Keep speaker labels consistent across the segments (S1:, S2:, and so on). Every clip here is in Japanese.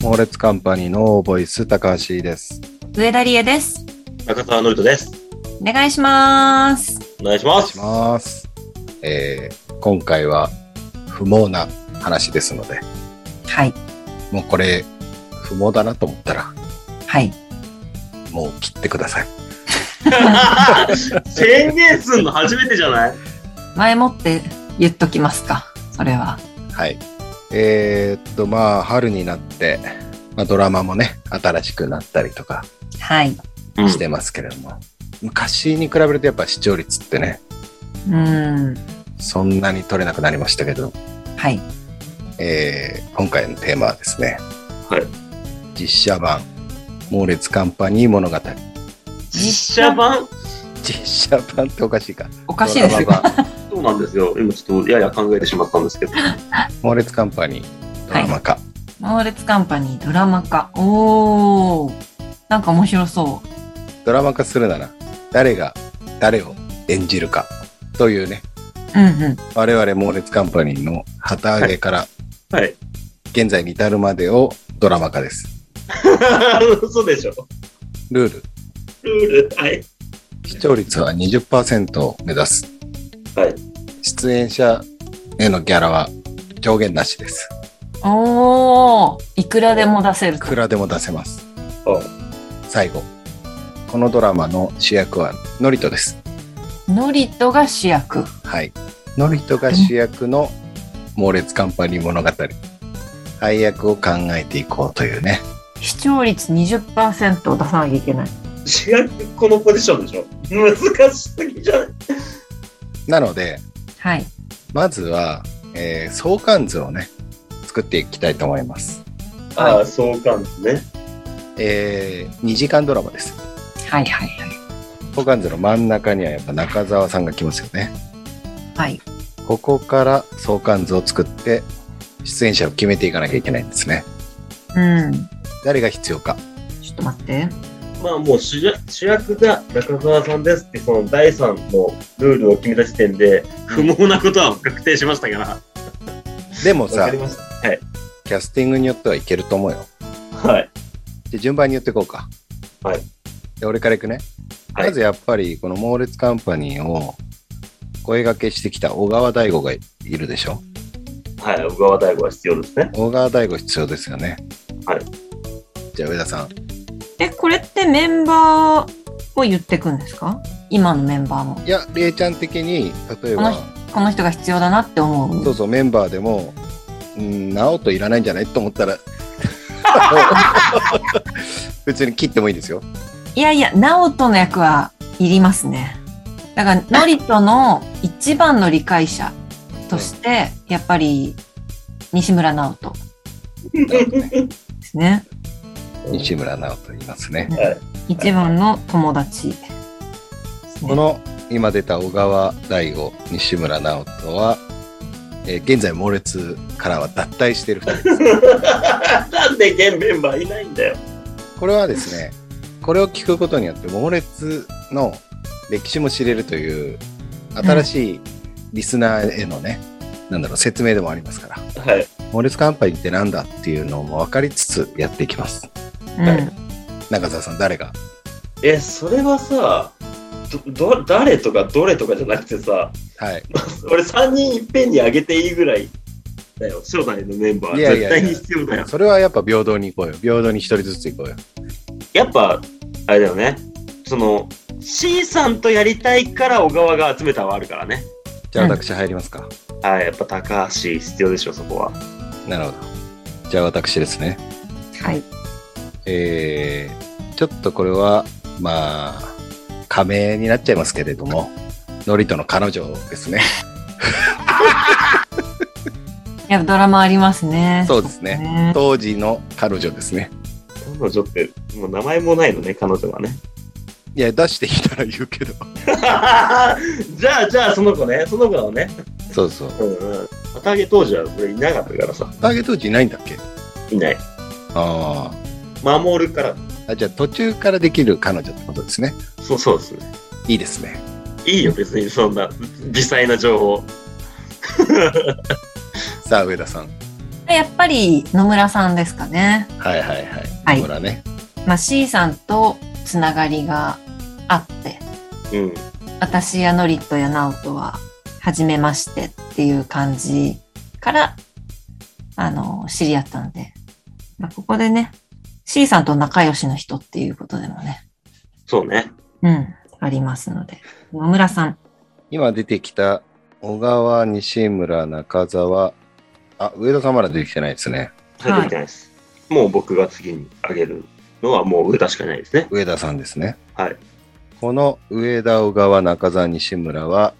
S1: 猛烈カンパニーのボイス高橋です。
S2: 上田理恵です。
S3: 中澤のりとです。
S2: お願いします。
S3: お願いしま
S1: し
S3: す。
S1: ます。えー今回は不毛な話ですので、
S2: はい。
S1: もうこれ不毛だなと思ったら
S2: はい。
S1: もう切ってください。
S3: 宣言すんの初めてじゃない
S2: 前もって言っときますか。それは。
S1: はい。えーっとまあ春になって、まあ、ドラマもね新しくなったりとか
S2: はい。
S3: うん
S1: してますけれども、昔に比べるとやっぱ視聴率ってね
S2: うーん。
S1: そんなに取れなくなりましたけど、
S2: はい。
S1: えー今回のテーマはですね、
S3: はい
S1: 実写版猛烈カンパニー物語
S3: 実写版
S1: 実写版っておかしいか
S2: おかしいです
S1: ドラ
S2: よ。
S1: マ版
S3: そうなんですよ。今ちょっとやや考えてしまったんですけど。
S1: 猛烈カンパニードラマ化、
S2: 猛烈カンパニードラマ化。おー。なんか面白そう。
S1: ドラマ化するなら誰が誰を演じるかというね
S2: うんうん。
S1: 我々猛烈カンパニーの旗揚げから
S3: はい。
S1: 現在に至るまでをドラマ化です
S3: 嘘でしょ。
S1: ルール
S3: ルール。はい。
S1: 視聴率は20%を目指す
S3: はい。
S1: 出演者へのギャラは上限なしです
S2: おー。いくらでも出せる
S1: い。くらでも出せます
S3: あ
S1: 最後このドラマの主役はノリトです
S2: ノリトが主役。
S1: はいノリトが主役の猛烈カンパニー物語配役を考えていこうというね
S2: 視聴率20%を出さなきゃいけない。
S3: 主役このポジションでしょ。難しすぎじゃない
S1: なので
S2: はい。
S1: まずは、えー相関図をね作っていきたいと思います
S3: ああ、そうかんですね。
S1: え2時間ドラマです
S2: はいはいはい。
S1: 相関図の真ん中にはやっぱ中澤さんが来ますよね
S2: はい。
S1: ここから相関図を作って出演者を決めていかなきゃいけないんですね
S2: うん。
S1: 誰が必要か
S2: ちょっと待って。
S3: まあもう主役主役が中澤さんですって、その第3のルールを決めた時点で、不毛なことは確定しましたから。わ
S1: でもさ
S3: かりました。はい。
S1: キャスティングによってはいけると思うよ
S3: はい。
S1: で順番に言っていこうか。
S3: はい。
S1: で俺からいくね。
S3: はい
S1: まずやっぱりこの猛烈カンパニーを声掛けしてきた小川大吾がいるでしょ。
S3: はい。小川大吾は必要ですね。
S1: 小川大吾必要ですよね。
S3: はい。
S1: じゃあ上田さん。
S2: え、これってメンバーを言ってくんですか今のメンバーも。
S1: いや、れいちゃん的に例え
S2: この
S1: ば
S2: 人この人が必要だなって思
S1: そう
S2: う。
S1: そうメンバーでも。うん、なおといらないんじゃないと思った ら 別に切ってもいいですよ。
S2: いやいや、ナオトの役はいりますね。だから、ノリトの一番の理解者として、やっぱり、西村直人
S1: なるほどね
S2: ですね。
S1: 西村直と言いますね。
S3: はい
S2: 一番の友達ですね
S1: この今出た小川大吾西村直人は、えー現在猛烈からは脱退している2人
S3: なんで現メンバーいないんだよ。
S1: これはですねこれを聞くことによって猛烈の歴史も知れるという新しいリスナーへのね、なんだろう説明でもありますから
S3: はい。
S1: 猛烈カンパニーってなんだっていうのも分かりつつやっていきます
S2: うん。
S1: 中澤さん誰が
S3: え、それはさ、ど、ど、誰とかどれとかじゃなくてさ、
S1: はい
S3: 俺3人いっぺんにあげていいぐらいだよ。初代のメンバー。
S1: いやいやいや
S3: 絶対に必要だよ。
S1: それはやっぱ平等に行こうよ平等に一人ずつ行こうよ
S3: やっぱ、あれだよね。その、C さんとやりたいから小川が集めたはあるからね。
S1: じゃあ
S2: うん
S1: 私入りますか、
S3: はい、やっぱ高橋必要でしょ、そこは。
S1: なるほどじゃあ私ですね
S2: はい。
S1: えーちょっとこれは、まあ、仮名になっちゃいますけれども、ノリとの彼女です ね。
S2: やっぱドラマありますね。
S1: そうですね
S2: ね。
S1: 当時の彼女ですね。
S3: 彼女って、もう名前もないのね、彼女はね。
S1: いや、出してきたら言うけど。
S3: じゃあ、じゃあ、その子ね、その子をね。
S1: そうそう。
S3: うんうん。旗揚げ当時は俺いなかったからさ、
S1: ターゲット当時いないんだっけ
S3: いない。
S1: あ
S3: 守るから。
S1: ーあ。じゃあ途中からできる彼女ってことですね。
S3: そうそうです。
S1: いいですね。
S3: いいよ、別にそんな、微細な情報。
S1: さあ、上田さん。
S2: はやっぱり野村さんですかね。
S1: はいはいはい。
S2: はい
S1: ほらね。
S2: まあ、C さんとつながりがあって、
S3: うん。
S2: 私やノリットやナオトは、初めましてっていう感じから、あの、知り合ったんで、まあ、ここでね、C さんと仲良しの人っていうことでもね、
S3: そうね。
S2: うん、ありますので。野村さん。
S1: 今出てきた小川、西村、中澤、あ、上田さんまだ出てきてないですね。
S3: 入ってきてないです。もう僕が次にあげるのはもう歌しかないですね。
S1: 上田さんですね。
S3: はい。
S1: この上田、小川、中澤、西村は、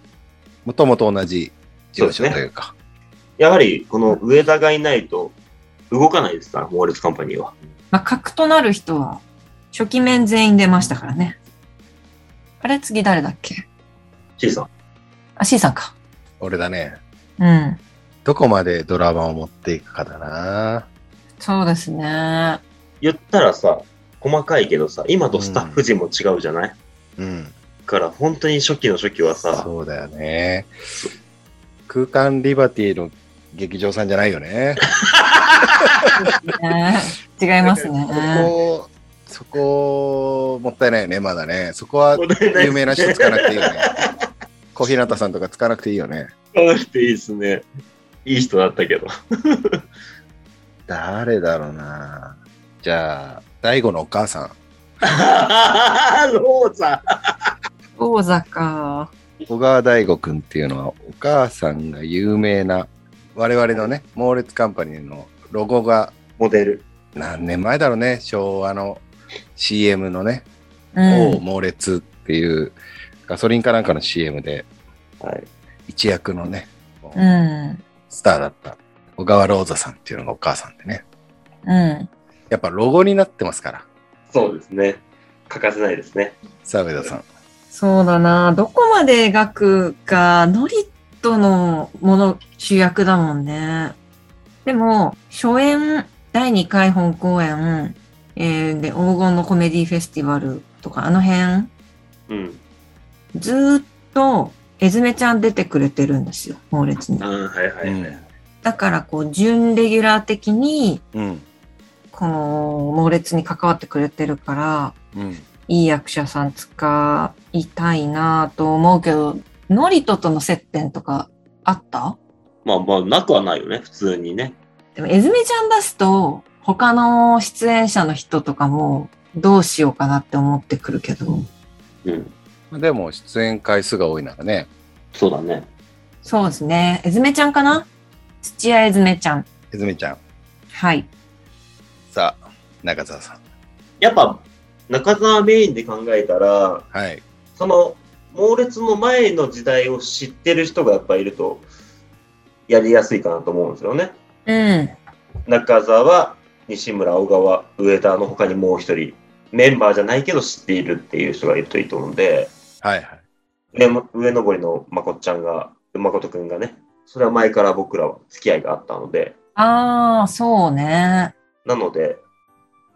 S1: もともと同じ事務所というか。
S3: やはり、この上田がいないと動かないですから、モーレツカンパニーは。
S2: まあ、核となる人は、初期面全員出ましたからね。あれ次誰だっけ
S3: C さん。
S2: あ、C さんか。
S1: 俺だね。
S2: うん。
S1: どこまでドラマを持っていくかだな。
S2: そうですね。
S3: 言ったらさ、細かいけどさ、今とスタッフ陣も違うじゃない、
S1: うん。
S3: から、本当に初期の初期はさ、
S1: そうだよね。空間リバティの劇場さんじゃないよね。
S2: ね違います
S1: そ
S2: ね。
S1: こ、そこ、もったいないよね、まだね。そこは
S3: 問題ない
S1: 有名な 人つかなくていいよね。小日向さんとかつかなくていいよね。
S3: 使わなくていいですね。いい人だったけど。
S1: 誰だろうな。じゃあ、大悟のお母さん。
S3: ローザ
S2: 王座か。
S1: 小川大悟くんっていうのは、お母さんが有名な、我々のね、猛烈カンパニーのロゴが
S3: モデル。
S1: 何年前だろうね、昭和の CM のね、
S2: う
S1: 某
S2: ん。
S1: 猛烈っていうガソリンかなんかの CM で
S3: はい。
S1: 一躍のね、こう
S2: うん。
S1: スターだった小川ローザさんっていうのがお母さんでね、
S2: うん。
S1: やっぱロゴになってますから、
S3: そうですね。欠かせないですね。
S1: さあ上田さん。
S2: そうだな。どこまで描くか、ノリットのもの主役だもんね。でも、初演、第2回本公演、えーで、黄金のコメディフェスティバルとか、あの辺、
S3: うん。
S2: ずーっと、えずめちゃん出てくれてるんですよ、猛烈に
S3: あ。ーはいはい。
S2: だから、こう、準レギュラー的に、
S1: うん。
S2: この、猛烈に関わってくれてるから、
S1: うん。
S2: いい役者さん使いたいなぁと思うけど、ノリトとの接点とかあった
S3: まあまあ、なくはないよね。普通にね。
S2: でも、えずめちゃん出すと、他の出演者の人とかも、どうしようかなって思ってくるけど、
S3: うん。
S1: でも出演回数が多いならね、
S3: そうだね。
S2: そうですね。えずめちゃんかな土屋えずめちゃん。
S1: えずみちゃん。
S2: はい。
S1: さあ、中澤さん。
S3: やっぱ、中澤メインで考えたら、
S1: はい。
S3: その、猛烈の前の時代を知ってる人がやっぱいると、やりやすいかなと思うんですよね。
S2: うん。
S3: 中澤、西村、小川、上田の他にもう一人、メンバーじゃないけど知っているっていう人がいるといいと思うんで、
S1: はいはい。
S3: で上登りのまこっちゃんが、まことくんがね、それは前から僕らは付き合いがあったので、
S2: ああ、そうね。
S3: なので、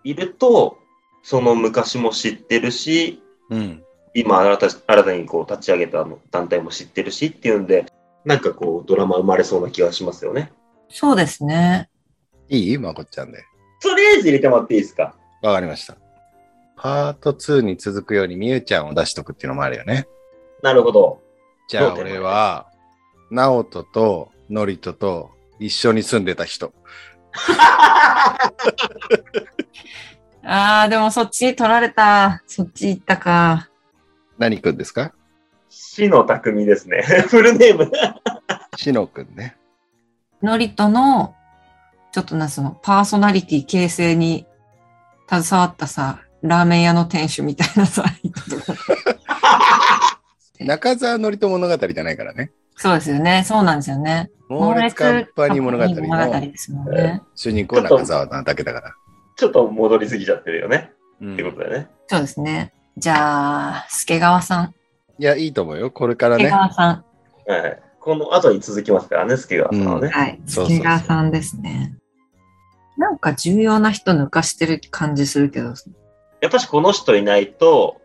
S3: いると、その昔も知ってるし、
S1: うん。
S3: 今新た新たにこう立ち上げたあの団体も知ってるしっていうんで、なんかこうドラマ生まれそうな気がしますよね。
S2: そうですね。
S1: いいまこっちゃんで。
S3: とりあえず入れてもらっていいですか
S1: わかりました。パート2に続くようにみゆちゃんを出しとくっていうのもあるよね。
S3: なるほど。
S1: じゃあ
S3: そうだね
S1: 俺は、ナオトとノリトと一緒に住んでた人。
S2: ああ、でもそっち取られた。そっち行ったか。
S1: 何くんですか
S3: 死の匠ですね。 フルネーム。
S1: しのくんね。
S2: ノリとの、ちょっとな、その、パーソナリティ形成に携わったさ、ラーメン屋の店主みたいなさ、 人とか
S1: 中澤のりと物語じゃないからね。
S2: そうですよね。そうなんですよね。
S1: 猛烈カンパニー物語
S2: 猛烈カンパニー物語
S1: の
S2: ですもんね。
S1: 主人公は中澤なだけだから。
S3: ちょっと戻りすぎちゃってるよね。
S1: うん
S3: ってことだよね。
S2: そうですね。じゃあ、助川さん。
S1: いや、いいと思うよ。これから
S2: 助
S1: ね。
S2: 川さん。
S3: はい。この後に続きますからね、助川さんはね。
S2: はい。
S1: そうそうそう
S2: 助川さんですね。なんか重要な人抜かしてる感じするけど、
S3: やっぱしこの人いないと、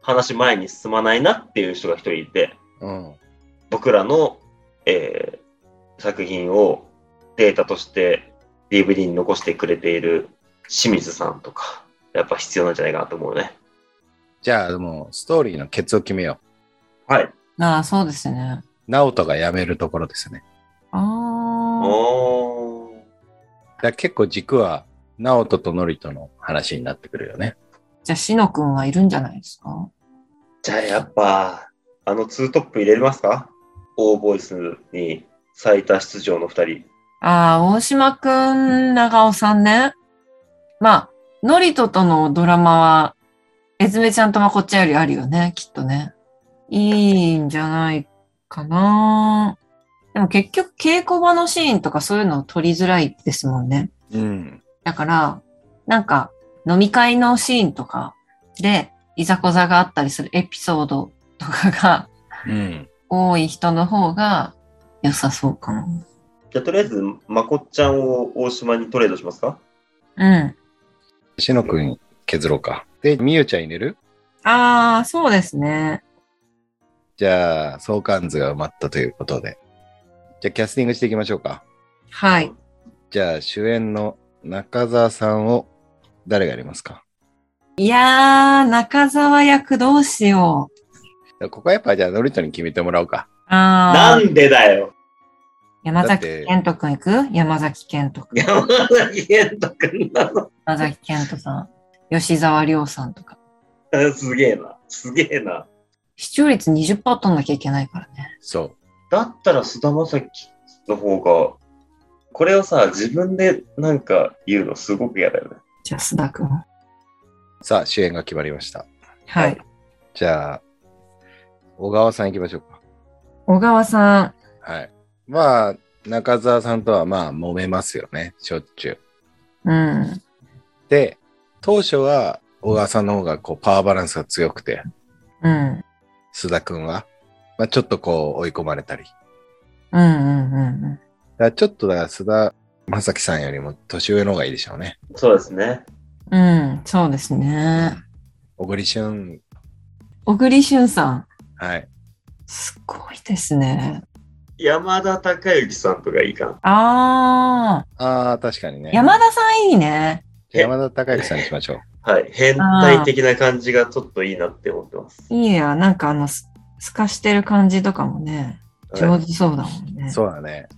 S3: 話前に進まないなっていう人が一人いて、
S1: うん。
S3: 僕らの、えー作品をデータとして DVD に残してくれている清水さんとか、やっぱ必要なんじゃないかなと思うね。
S1: じゃあ、もう、ストーリーのケツを決めよ
S3: はい。
S2: ああ、そうですね。
S1: う。ナオトが辞めるところですね。
S2: ああ。
S3: おー。
S1: だから結構軸は、ナオトとノリとの話になってくるよね。
S2: じゃあ、しのくんはいるんじゃないですか
S3: じゃあやっぱ、あのツートップ入れれますかオーボイスに最多出場の2人。
S2: ああ、大島くん、長尾さんね。まあ、ノリトとのドラマは、えずめちゃんとまこっちゃんよりあるよね、きっとね。いいんじゃないかな。でも結局、稽古場のシーンとかそういうのを撮りづらいですもんね。
S1: うん。
S2: だから、なんか、飲み会のシーンとかで、いざこざがあったりするエピソードとかが
S1: うん。
S2: 多い人の方が良さそうかな。
S3: じゃあとりあえず、まこっちゃんを大島にトレードしますか
S2: うん。
S1: しのくん削ろうか。で、みゆちゃん入れる
S2: ああ、そうですね。
S1: じゃあ、相関図が埋まったということで。じゃあ、キャスティングしていきましょうか。
S2: はい。
S1: じゃあ、主演の中澤さんを誰がやりますか
S2: いやー、中沢役どうしよう。
S1: ここはやっぱじゃあ、ノリトに決めてもらおうか。
S3: な
S2: ああ、
S3: んでだよ
S2: 山
S1: だっ
S2: 崎
S1: て
S2: 賢人くん行く山崎賢人くん。
S3: 山崎賢人君なの。
S2: 山崎賢人さん。吉沢亮さんとか。
S3: すげえな。すげえな。
S2: 視聴率20%取んなきゃいけないからね。
S1: そ
S3: だったら菅田将暉の方が、これをさ、自分でなんか言うのすごく嫌だよね。
S2: じゃあ、須田くん。
S1: う。さあ、主演が決まりました。
S2: はい。
S1: じゃあ、小川さん行きましょうか。
S2: 小川さん。
S1: はい。まあ、中澤さんとはまあ、揉めますよね。しょっちゅう。
S2: うん。
S1: で、当初は小川さんの方がこう、パワーバランスが強くて、
S2: うん。
S1: 須田くんは、まあ、ちょっとこう、追い込まれたり。
S2: うんうんうんうん。
S1: だからちょっとだから須田正樹さんよりも年上の方がいいでしょうね。
S3: そうですね。
S2: うん、そうですね。
S1: 小栗旬、
S2: 小栗旬さん。
S1: はい。
S2: すごいですね。
S3: 山田孝之さんとかいいかな。
S2: あ
S1: ああ、確かにね
S2: ー、。山田さんいいね。
S1: 山田孝之さんにしましょう。
S3: はい。変態的な感じがちょっといいなって思ってます。
S2: いいや、なんかあの、すすかしてる感じとかもね、
S3: は
S2: 上
S3: い
S2: 手そうだもん ね。
S1: そうだね。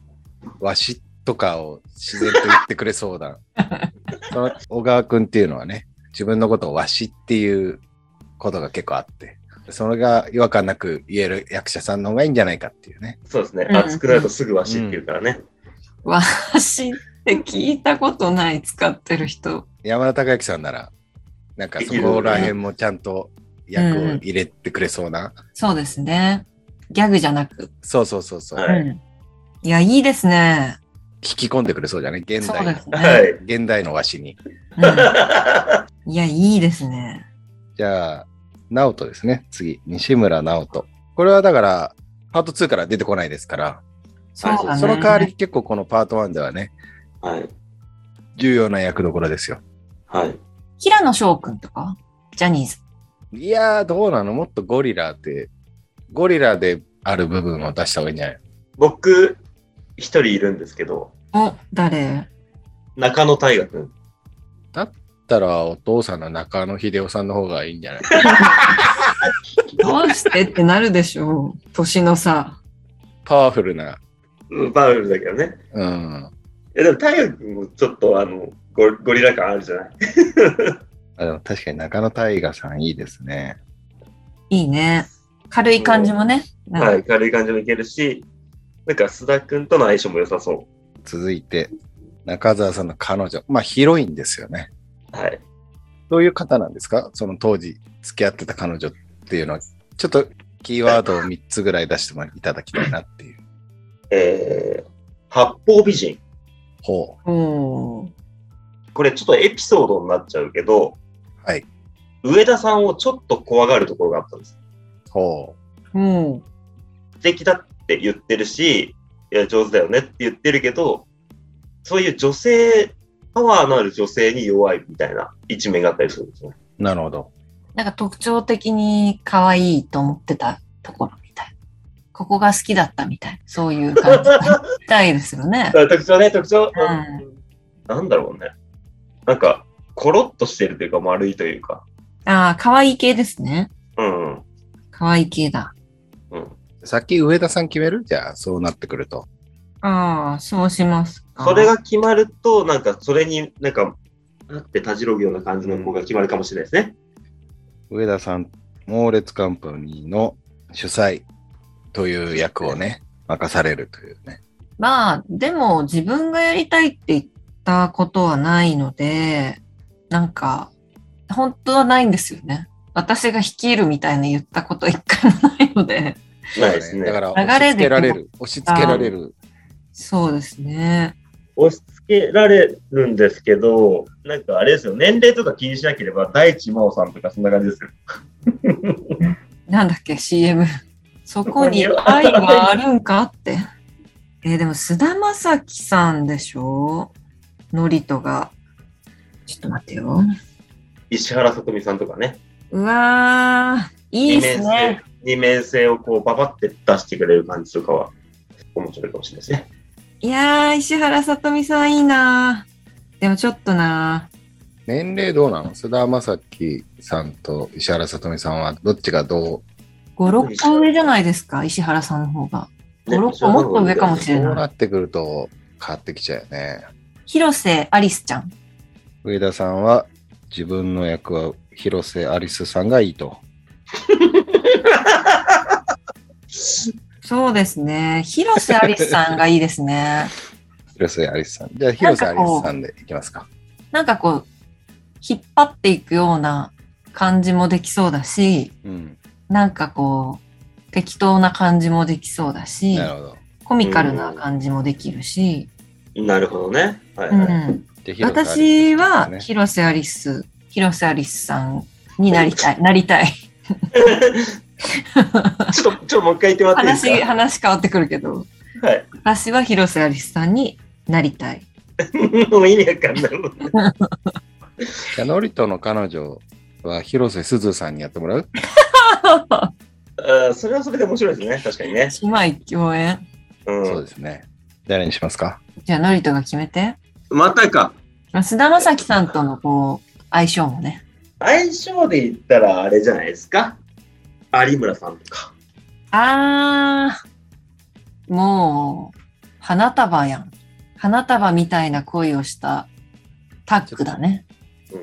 S1: わしとかを自然と言ってくれそう だ。その小川くんっていうのはね、自分のことをわしっていうことが結構あって、それが違和感なく言える役者さんの方がいいんじゃないかっていうね。
S3: そうですね。
S2: うん
S3: 熱くなるとすぐわしって言うからね。
S2: わしって聞いたことない、使ってる人。
S1: 山田孝之さんなら、なんかそこら辺もちゃんと役を入れてくれそうな。
S2: そうですね。ギャグじゃなく。
S1: そうそうそうそう。
S3: はい
S2: うん。いや、いいですね。
S1: 引き込んでくれそうじゃない現
S2: そう
S1: 代
S2: で
S1: の
S2: す
S3: は
S2: ね。
S3: い。
S1: 現代のわしに。
S2: うんいや、いいですね。
S1: じゃあ、直人ですね。次、西村直人。これはだから、パート2から出てこないですから、
S2: そうだね。
S1: その代わり結構このパート1ではね、
S3: はい。
S1: 重要な役どころですよ。
S3: はい。
S2: 平野翔くんとかジャニーズ。
S1: いやー、どうなのもっとゴリラって、ゴリラである部分を出した方がいいんじゃない
S3: 僕、一人いるんですけど、
S2: お、誰
S3: 中野大河君。
S1: だったら、お父さんの中野秀夫さんの方がいいんじゃない
S2: どうしてってなるでしょう。年の差。
S1: パワフルな。
S3: うんパウルだけどね。
S1: うん。
S3: いやでも大河君もちょっとあのゴ、ゴリラ感あるじゃない
S1: あでも確かに中野大河さんいいですね。
S2: いいね。軽い感じもね。なんか
S3: はい、軽い感じもいけるし、なんか須田君との相性も良さそ
S1: 続いて、中澤さんの彼女。まあ、ヒロインですよね。
S3: う。はい。
S1: どういう方なんですかその当時付き合ってた彼女っていうのは、ちょっとキーワードを3つぐらい出してもいただきたいなっていう。
S3: えー、八方美人。
S1: ほ
S2: おー
S3: これちょっとエピソードになっちゃうけど、
S1: はい。
S3: 上田さんをちょっと怖がるところがあったんです。
S1: う。ほ
S2: おー
S3: 素敵だって言ってるし、いや、上手だよねって言ってるけど、そういう女性、パワーのある女性に弱いみたいな一面があったりするんです ね。
S1: う。なるほど。
S2: なんか特徴的に可愛いと思ってたところみたい。ここが好きだったみたい。そういう感じ。みたいですよね。
S3: 特徴ね、特徴。
S2: うん
S3: なんだろうね。なんか、コロッとしてるというか、丸いというか。
S2: ああ、可愛い系ですね。
S3: うんうん。
S2: 可愛い系だ。
S3: うん。
S1: 先上田さん決めるじゃあ、そうなってくると。
S2: ああ、そうしますか。
S3: それが決まると、なんか、それになんか、あってたじろぐような感じの子が決まるかもしれないですね。
S1: 上田さん、猛烈カンパニーの主催という役をね、任されるというね。
S2: まあ、でも自分がやりたいって言ったことはないので、なんか、本当はないんですよね。私が率いるみたいに言ったことは一回もないので。
S3: ないですね。
S1: だから、押し付けられる。押し付けられる。
S2: そうですね。
S3: 押し付けられるんですけど、なんかあれですよ、年齢とか気にしなければ、大地真央さんとかそんな感じですよ。
S2: なんだっけ、CM。そこに愛はあるんかって。えーでも、菅田将暉さんでしょノリとが。ちょっと待ってよ。
S3: 石原さとみさんとかね、
S2: うわー、いいですね。
S3: 二面性をこうババって出してくれる感じとかは面白いかもしれないですね。
S2: いやー、石原さとみさんいいなー。でもちょっとな
S1: 年齢どうなの菅田将暉さんと石原さとみさんは、どっちがど
S2: ー。5、6個上じゃないですか、石原さんの方が。
S3: ね
S2: 五六個もっと上かもし
S1: う、
S2: れ
S1: ど
S2: ないう
S1: なってくると変わってきちゃうよね。
S2: 広瀬アリスちゃん。
S1: 上田さんは、自分の役は広瀬アリスさんがいいと。
S2: そうですね。広瀬アリスさんがいいですね。
S1: 広瀬アリスさん。じゃあ、広瀬アリスさんでいきますか。
S2: なんかこう、引っ張っていくような感じもできそうだし、
S1: うん。
S2: なんかこう、適当な感じもできそうだし、
S1: なるほど。
S2: コミカルな感じもできるし、
S3: なるほどね。はい、
S2: う
S3: はい
S2: ん。
S1: じゃあ広瀬アリ
S2: 私
S1: スさんですね
S2: は広瀬アリス、広瀬アリスさんになりたい、なりたい。
S3: ちょっと、ちょっともう一回言ってもらって
S2: 話、
S3: いいですか
S2: 話変わってくるけど、
S3: はい。
S2: 私は広瀬アリスさんになりたい。
S3: もう意味わかんない。
S1: じゃあ、ノリトの彼女は広瀬すずさんにやってもらう
S3: あーそれはそれで面白いですね。確かにね。
S2: 姉妹共演。
S3: うん、
S1: そうですね。誰にしますか
S2: じゃあ、ノリトが決めて。
S3: またか。
S2: まあ菅田将暉さんとのこう、相性もね。
S3: 相性で言ったらあれじゃないですか。有村さんとか。
S2: あー、もう、花束やん。花束みたいな恋をしたタッグだね。
S3: うん。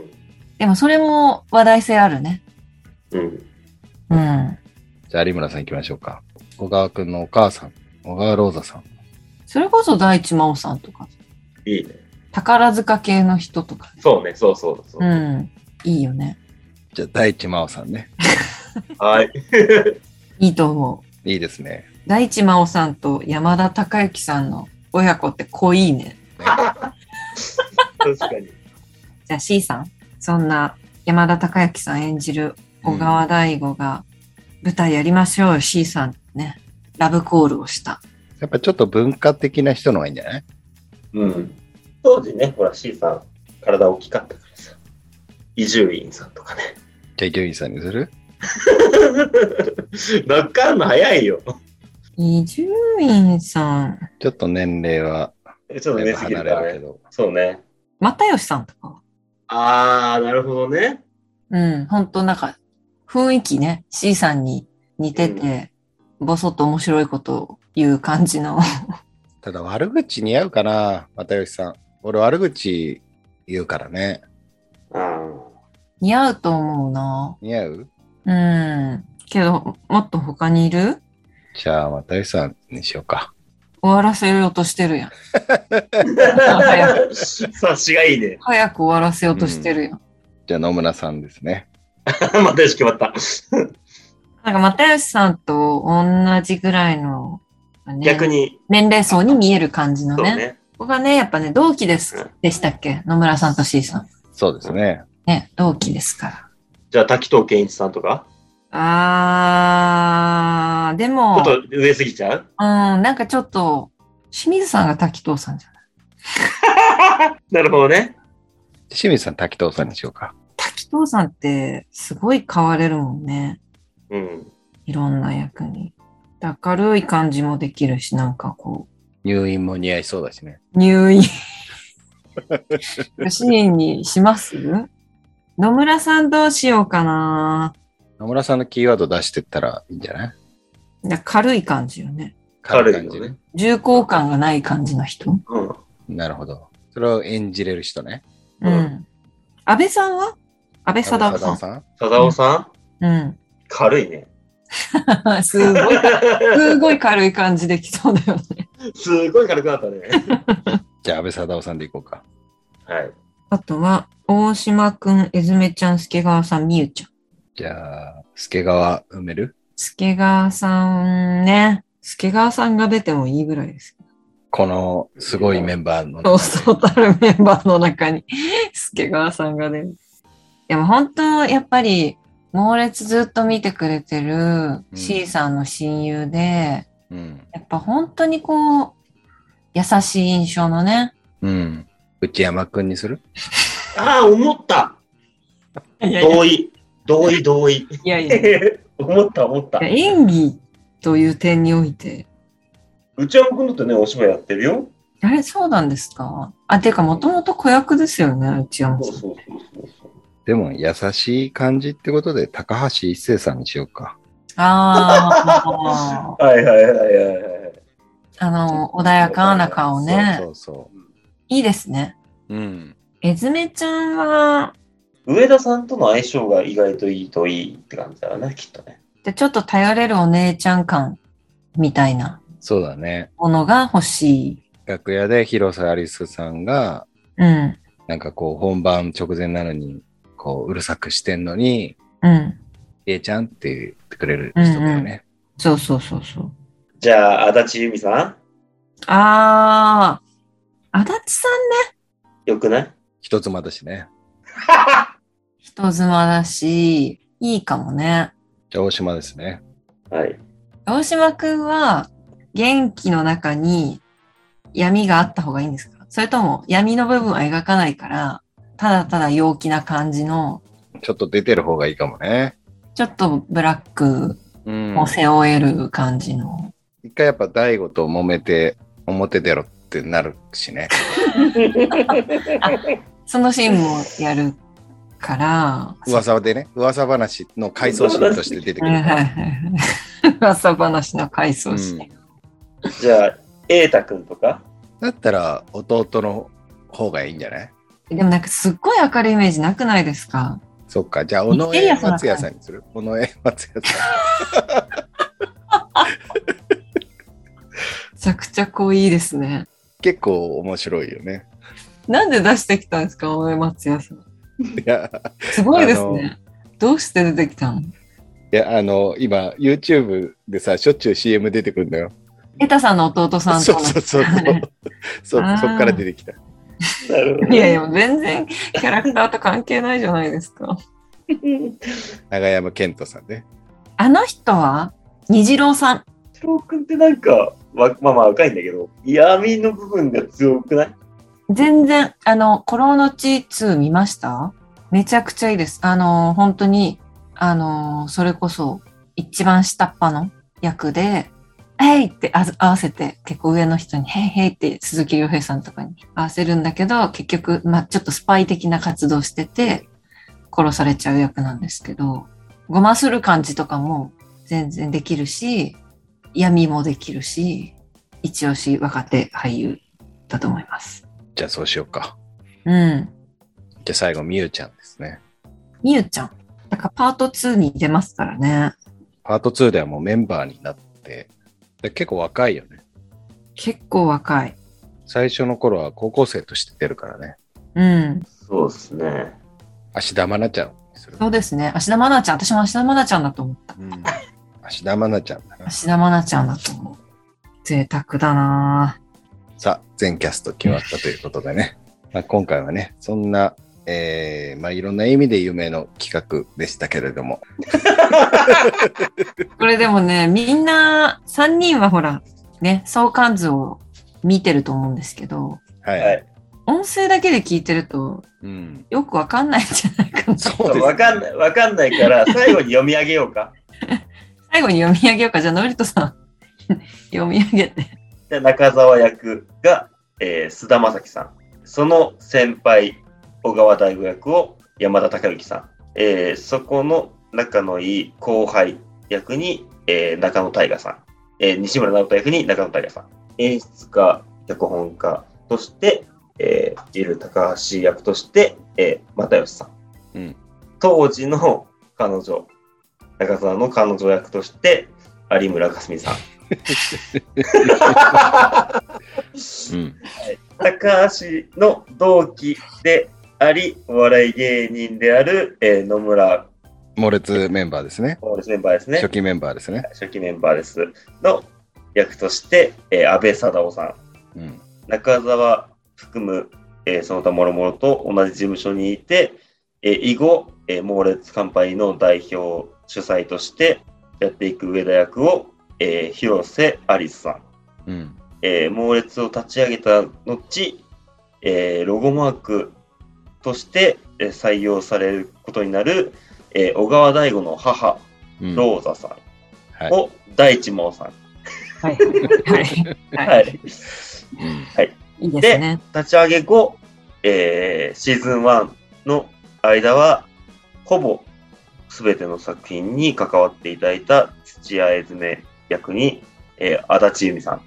S2: でもそれも話題性あるね。
S3: うん。
S2: うん。
S1: じゃあ、有村さん行きましょうか。小川くんのお母さん、小川ローザさん。
S2: それこそ大地真央さんとか、
S3: いいね。
S2: 宝塚系の人とか。
S3: そうね、そうそうそう。
S2: うん。いいよね。
S1: じゃあ、大地真央さんね。
S3: はい。
S2: いいと思う。
S1: いいですね。
S2: 大地真央さんと山田孝之さんの親子って濃いね。
S3: 確かに。
S2: じゃあ C さん、そんな山田孝之さん演じる小川大吾が舞台やりましょうよ、C さんってね、ラブコールをした。
S1: やっぱちょっと文化的な人の方がいいんじゃない
S3: うん。当時ね、ほら C さん、体大きかったからさ。伊集院さんとかね。
S1: じゃあ、伊集院さんにする
S3: なっかんの早いよ。
S2: 伊集院さん、
S1: ちょっと年齢は
S3: ちょっ
S1: だ
S3: と
S1: い
S3: ね、
S1: ぶ
S3: 過ぎ
S1: 離
S3: る
S1: れ
S3: から
S1: るけ
S3: ね。
S1: ど。
S3: そうね。
S2: 又吉さんとか。
S3: あー、なるほどね。
S2: うん、ほんとなんか、雰囲気ね、C さんに似てて、ぼそっと面白いことを言う感じの。
S1: ただ、悪口似合うかな、又吉さん。俺、悪口言うからね。
S3: あー
S2: 似合うと思うな
S1: 似合う
S2: うん。けど、もっと他にいる
S1: じゃあ、又吉さんにしようか。
S2: 終わらせようとしてるやん。
S3: 察しがいいね。
S2: 早く終わらせようとしてるやん。
S1: じゃあ、野村さんですね。
S3: またよし決まった。
S2: なんか、又吉さんと同じぐらいの、ね
S3: 逆に、
S2: 年齢層に見える感じの
S3: そう
S2: ね。
S3: ね。
S2: ここがね、やっぱね、同期です、
S3: うん
S2: でしたっけ野村さんと C さん。
S1: そうですね。
S2: ね、同期ですか。
S3: じゃあ、滝藤健一さんとから
S2: あー、で
S3: ち
S2: も、
S3: ょっ
S2: うん、
S3: と上すぎちゃう
S2: なんかちょっと、清水さんが滝藤さんじゃない
S3: なるほどね。
S1: 清水さん、滝藤さんにしようか。
S2: 滝藤さんって、すごい変われるもんね。
S3: うん。
S2: いろんな役に。明るい感じもできるし、なんかこ
S1: 入院も似合いそうだしね。
S2: う、入院。シーンにします野村さんどうしようかな。
S1: 野村さんのキーワード出してったらいいんじゃない
S2: いや軽い感じよね。
S3: 彼よ
S1: 軽い感じ
S3: ね。
S2: 重厚感がない感じの人。
S3: うん。
S1: なるほど。それを演じれる人ね。
S2: う
S3: うん
S2: ん。安倍さんは安倍貞夫
S1: 安倍
S2: さ
S1: 貞
S2: ん。
S1: 夫さん
S3: 貞夫さん、
S2: うん。
S3: 軽いね。
S2: すごい、すごい軽い感じできそうだよね。
S3: すごい軽くなったね。
S1: じゃあ安倍貞夫さんでいこうか。
S3: はい。
S2: あとは、大島くん、えずめちゃん、助川さん、みゆちゃん。
S1: じゃあ、助川埋める
S2: 助川さんね。助川さんが出てもいいぐらいです。
S1: このすごいメンバーの
S2: そ
S1: 中
S2: うそうたるメンバーの中に、助川さんが出る。でも本当、やっぱり、猛烈ずっと見てくれてる C さんの親友で、
S1: で。うん。
S2: やっぱ本当にこう、優しい印象のね。
S1: うん。内山くんにする
S3: ああ、思った。
S2: いや
S3: 同意。同意、同意。
S2: いやいやいや
S3: 思った、思った。
S2: 演技という点において、
S3: 内山君だってね、お芝居やってるよ。
S2: あれ、そうなんですかあ、ていうか、もともと子役ですよね、内山
S3: そう
S2: さん。
S3: そうそうそう。
S1: でも優しい感じってことで高橋一生さんにしようか。
S2: ああ、
S3: はいはいはいはいはい。
S2: あの、穏やかな顔ね。
S1: そうそうそ
S2: いいですね。
S1: う。うん。
S2: えずめちゃんは、
S3: 上田さんとの相性が意外といいといいって感じだよね、きっとね。
S2: でちょっと頼れるお姉ちゃん感みたいな
S1: そうだね。
S2: ものが欲しい。
S1: 楽屋で広瀬アリスさんが
S2: うん、
S1: なんかこう本番直前なのにこううるさくしてんのに、
S2: うん。
S1: えいちゃんって言ってくれる人だよね。
S2: そうそうそうそう。
S3: じゃあ、足立由美さ
S2: ああ、足立さん
S3: んよくない
S1: 一つまだしね。
S3: は
S2: 人妻だし、いいかもね。
S1: じゃあ大島ですね。
S3: い。
S2: 大島くんは、元気の中に闇があった方がいいんですかそれとも闇の部分は描かないから、ただただ陽気な感じの、
S1: ちょっと出てる方がいいかもね。
S2: ちょっとブラック
S1: うん
S2: を背負える感じの。
S1: 一回やっぱ大悟と揉めて表出ろってなるしね。
S2: そのシーンもやるから。
S1: 噂でね、噂話の回想シーンとして出てく
S2: は
S1: る。
S2: いはい はい。噂話の回想シーン。
S3: じゃあ、瑛太君とか
S1: だったら弟の方がいいんじゃない
S2: でもなんかすっごい明るいイメージなくないですか
S1: そっか、じゃあ小野
S2: ミステリ
S1: 江
S2: アスな
S1: 松也さんにする。小野江松也さん。
S2: めちゃくちゃ濃いですね。
S1: 結構面白いよね。
S2: なんで出してきたんですか大江松也さん。
S1: いや、
S2: すごいですね。どうして出てきたの
S1: いやあの、今 YouTube でさ、しょっちゅう CM 出てくるんだよ。
S2: エタさんの弟さん
S1: そ
S2: との
S1: うそうそうそう。そう
S2: あー
S1: そっから出てきた。
S3: なるほど
S2: いやいや、全然キャラクターと関係ないじゃないですか。
S1: 長山健人さんね。
S2: あの人は虹郎さん。
S3: 太郎君ってなんか、わまあまあ若いんだけど、闇の部分が強くない
S2: 全然、あの、コロのち2見ましためちゃくちゃいいです。あの、本当に、あの、それこそ、一番下っ端の役で、ヘイってあず合わせて、結構上の人に、ヘイヘイって鈴木亮平さんとかに合わせるんだけど、結局、まあ、ちょっとスパイ的な活動してて、殺されちゃう役なんですけど、ごまする感じとかも全然できるし、闇もできるし、一押し若手俳優だと思います。
S1: じゃあそうしようか。
S2: うん。
S1: じゃあ最後、みゆちゃんですね。
S2: みゆちゃん。なんかパート2に出ますからね。
S1: パート2ではもうメンバーになって、で結構若いよね。
S2: 結構若い。
S1: 最初の頃は高校生として出るからね。
S2: うん。
S3: そうですね。
S1: 芦田愛菜ちゃんにする。
S2: そうですね。芦田愛菜ちゃん。私も芦田愛菜ちゃんだと思った。
S1: うん芦田愛菜ちゃんだな。
S2: 芦田愛菜ちゃんだと思う。贅沢だなぁ
S1: さあ、全キャスト決まったということでね。まあ、今回はね、そんな、えーまあ、いろんな意味で有名の企画でしたけれども、
S2: これでもね、みんな、3人はほら、ね、相関図を見てると思うんですけど、
S1: はい。
S3: はい
S2: 音声だけで聞いてると
S1: うん。
S2: よくわかんないんじゃないか な。
S1: そうです、
S3: わかんない、わかんないから、最後に読み上げようか。
S2: 最後に読み上げようか。じゃあ、ノリトさん、 読み上げて。
S3: で中澤役が、えー、須田将暉さん。その先輩、小川大吾役を山田孝之さん、えーそこの仲のいい後輩役に、えー中野大我さん、えー西村直人役に中野大我さん、演出家、脚本家として、えー、ジル高橋役として、えー、又吉さん。
S1: うん
S3: 当時の彼女、中澤の彼女役として、有村架純さん。
S1: うん。
S3: 高橋の同期であり、お笑い芸人である、えー野村
S1: 猛烈メンバーですね。
S3: ですメンバーですね
S1: 初。期メンバーですね。
S3: 初期メンバーです。の役として、えー安倍貞夫さん、
S1: うん。
S3: 中澤含む、えーその他諸々と同じ事務所にいて、えー以後、えー猛烈カンパニーの代表主催としてやっていく上田役を、えー広瀬アリスさん。
S1: うん。
S3: えー猛烈を立ち上げた後、えーロゴマークとして、えー採用されることになる、えー小川大吾の母、
S1: うん、
S3: ローザさ
S1: は
S3: んを、大地真央さん、
S2: はいはいはいはい。
S3: は、
S2: はい
S3: 立
S1: い。うん。
S2: い、いいですね。
S3: ち上げ後、えーシーズン1の間はほぼ全ての作品に関わっていただいた土屋絵爪役に、えー足立由美さん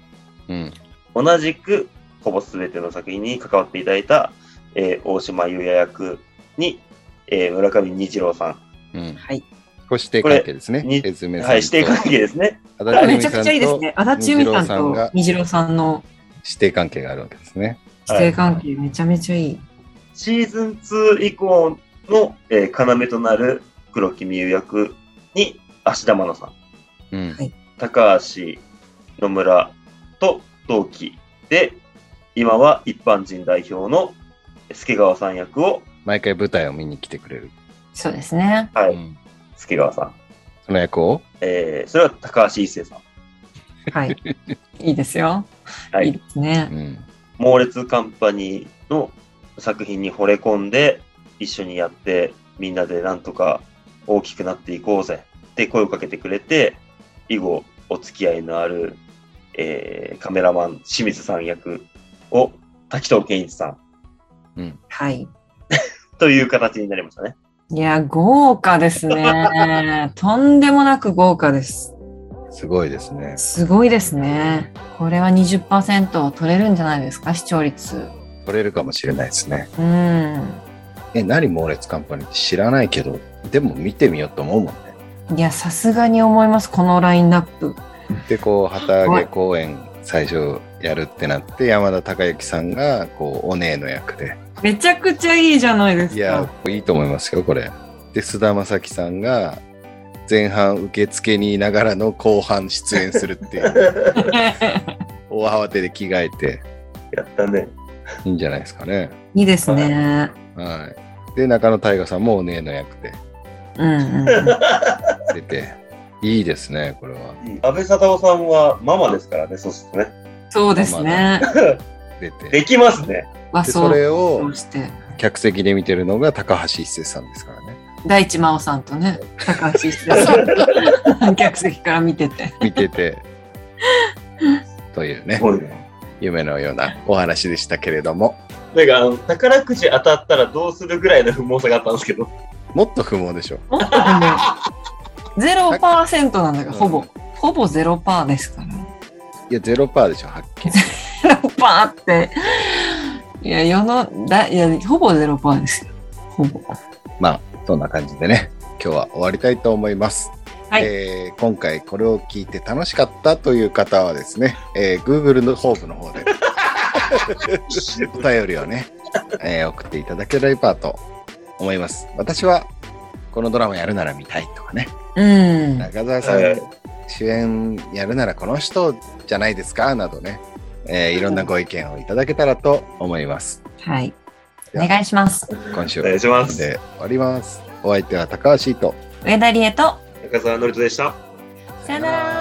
S1: うん。
S3: 同じくほぼ全ての作品に関わっていただいた、えー大島優也役に、えー村上虹郎さ
S1: うん。
S2: はい。
S1: これ指定関係ですね。
S3: これに
S1: 江爪
S3: ん、
S1: さんと。
S3: はい、指定関係ですね。
S1: 足
S2: こ
S1: 立
S2: れめ
S1: 由美
S2: ち
S1: さ
S2: ゃ
S1: ん
S2: くちゃいいですね。足立由美さんと
S1: 虹
S2: 虹郎さんの
S1: 指定関係があるわけですね。
S2: 師弟関係めちゃめちゃいい。
S3: シーズン2以降の、えー要となる黒木美優役に芦田愛菜さん、
S1: うん。
S3: 高橋野村と同期で、今は一般人代表の助川さん役を、
S1: 毎回舞台を見に来てくれる。
S2: そうですね。
S3: は
S1: う
S3: い、
S1: ん
S3: 助川さん、
S1: その役を
S3: えーそれは高橋一生さん。
S2: はい。いいですよ。、
S3: はい
S2: い
S3: い
S2: ですね
S1: う。ん。
S3: 猛烈カンパニーの作品に惚れ込んで一緒にやってみんなでなんとか大きくなっていこうぜって声をかけてくれて以後お付き合いのある、えーカメラマン清水さん役を滝藤健一さん
S2: はい。
S3: という形になりましたね。
S2: いや、豪華ですね。とんでもなく豪華です。
S1: すごいですね。
S2: すごいですね。これは20%取れるんじゃないですか、視聴率。
S1: 取れるかもしれないですね。
S2: うん。
S1: え、何猛烈カンパニーって知らないけど、でも見てみようと思うもんね。
S2: いや、さすがに思います、このラインナップ。
S1: で、こう、旗揚げ公演最初やるってなって、山田孝之さんが、こう、お姉の役で。
S2: めちゃくちゃいいじゃないですか。
S1: いや、いいと思いますよ、これ。で、菅田将暉さんが、前半受付にいながらの後半出演するっていう、 大慌てで着替えて、
S3: やったね。
S1: いいんじゃないですかね。
S2: いいですね。
S1: はい。で、中野大河さんもお姉の役で
S2: うんうん。
S1: 出て、 いいですね、これは。
S3: 安倍貞夫さんはママですからね、そうですね。
S2: そうですね。
S1: 出
S3: で
S1: て。
S3: きますね。
S2: 和
S1: で、そ
S2: 装
S1: れを
S2: をして。
S1: 客席で見てるのが高橋一生さんですからね。
S2: 大地真央さんとね、高橋一生さ ん。客席から見てて。
S1: 見て て。というね、
S3: ごいね。
S1: 夢のようなお話でしたけれども、
S3: なんかあの、宝くじ当たったらどうするぐらいの不毛さがあったんです けど。
S1: もっと不毛でしょ。
S2: もっとでもゼロパーセントなんだから、ほ
S1: う
S2: ぼ
S1: ん。
S2: ほぼゼロパーですから。
S1: いや、ゼロパーでしょ、はっ きり。
S2: ゼロパーって。いや、世の、だいや、ほぼゼロパーですよ。ほぼ。
S1: まあ、そんな感じでね、今日は終わりたいと思います。
S2: はい
S1: えー今回これを聞いて楽しかったという方はですね、えー Google のホームの方で お便りをね、えー送っていただければと思います。私はこのドラマやるなら見たいとかね、
S2: うん。
S1: 中澤さん、
S3: はい
S1: 主演やるならこの人じゃないですかなどね、えーいろんなご意見をいただけたらと思います。
S2: はい。お願いします。
S1: 今週
S3: お
S1: は
S3: 願い
S1: こ
S3: しま
S1: れ
S3: す。
S1: で終わります。お相手は高橋と。
S2: 上田理恵と、
S3: 中澤のりとでした。
S2: さよなら。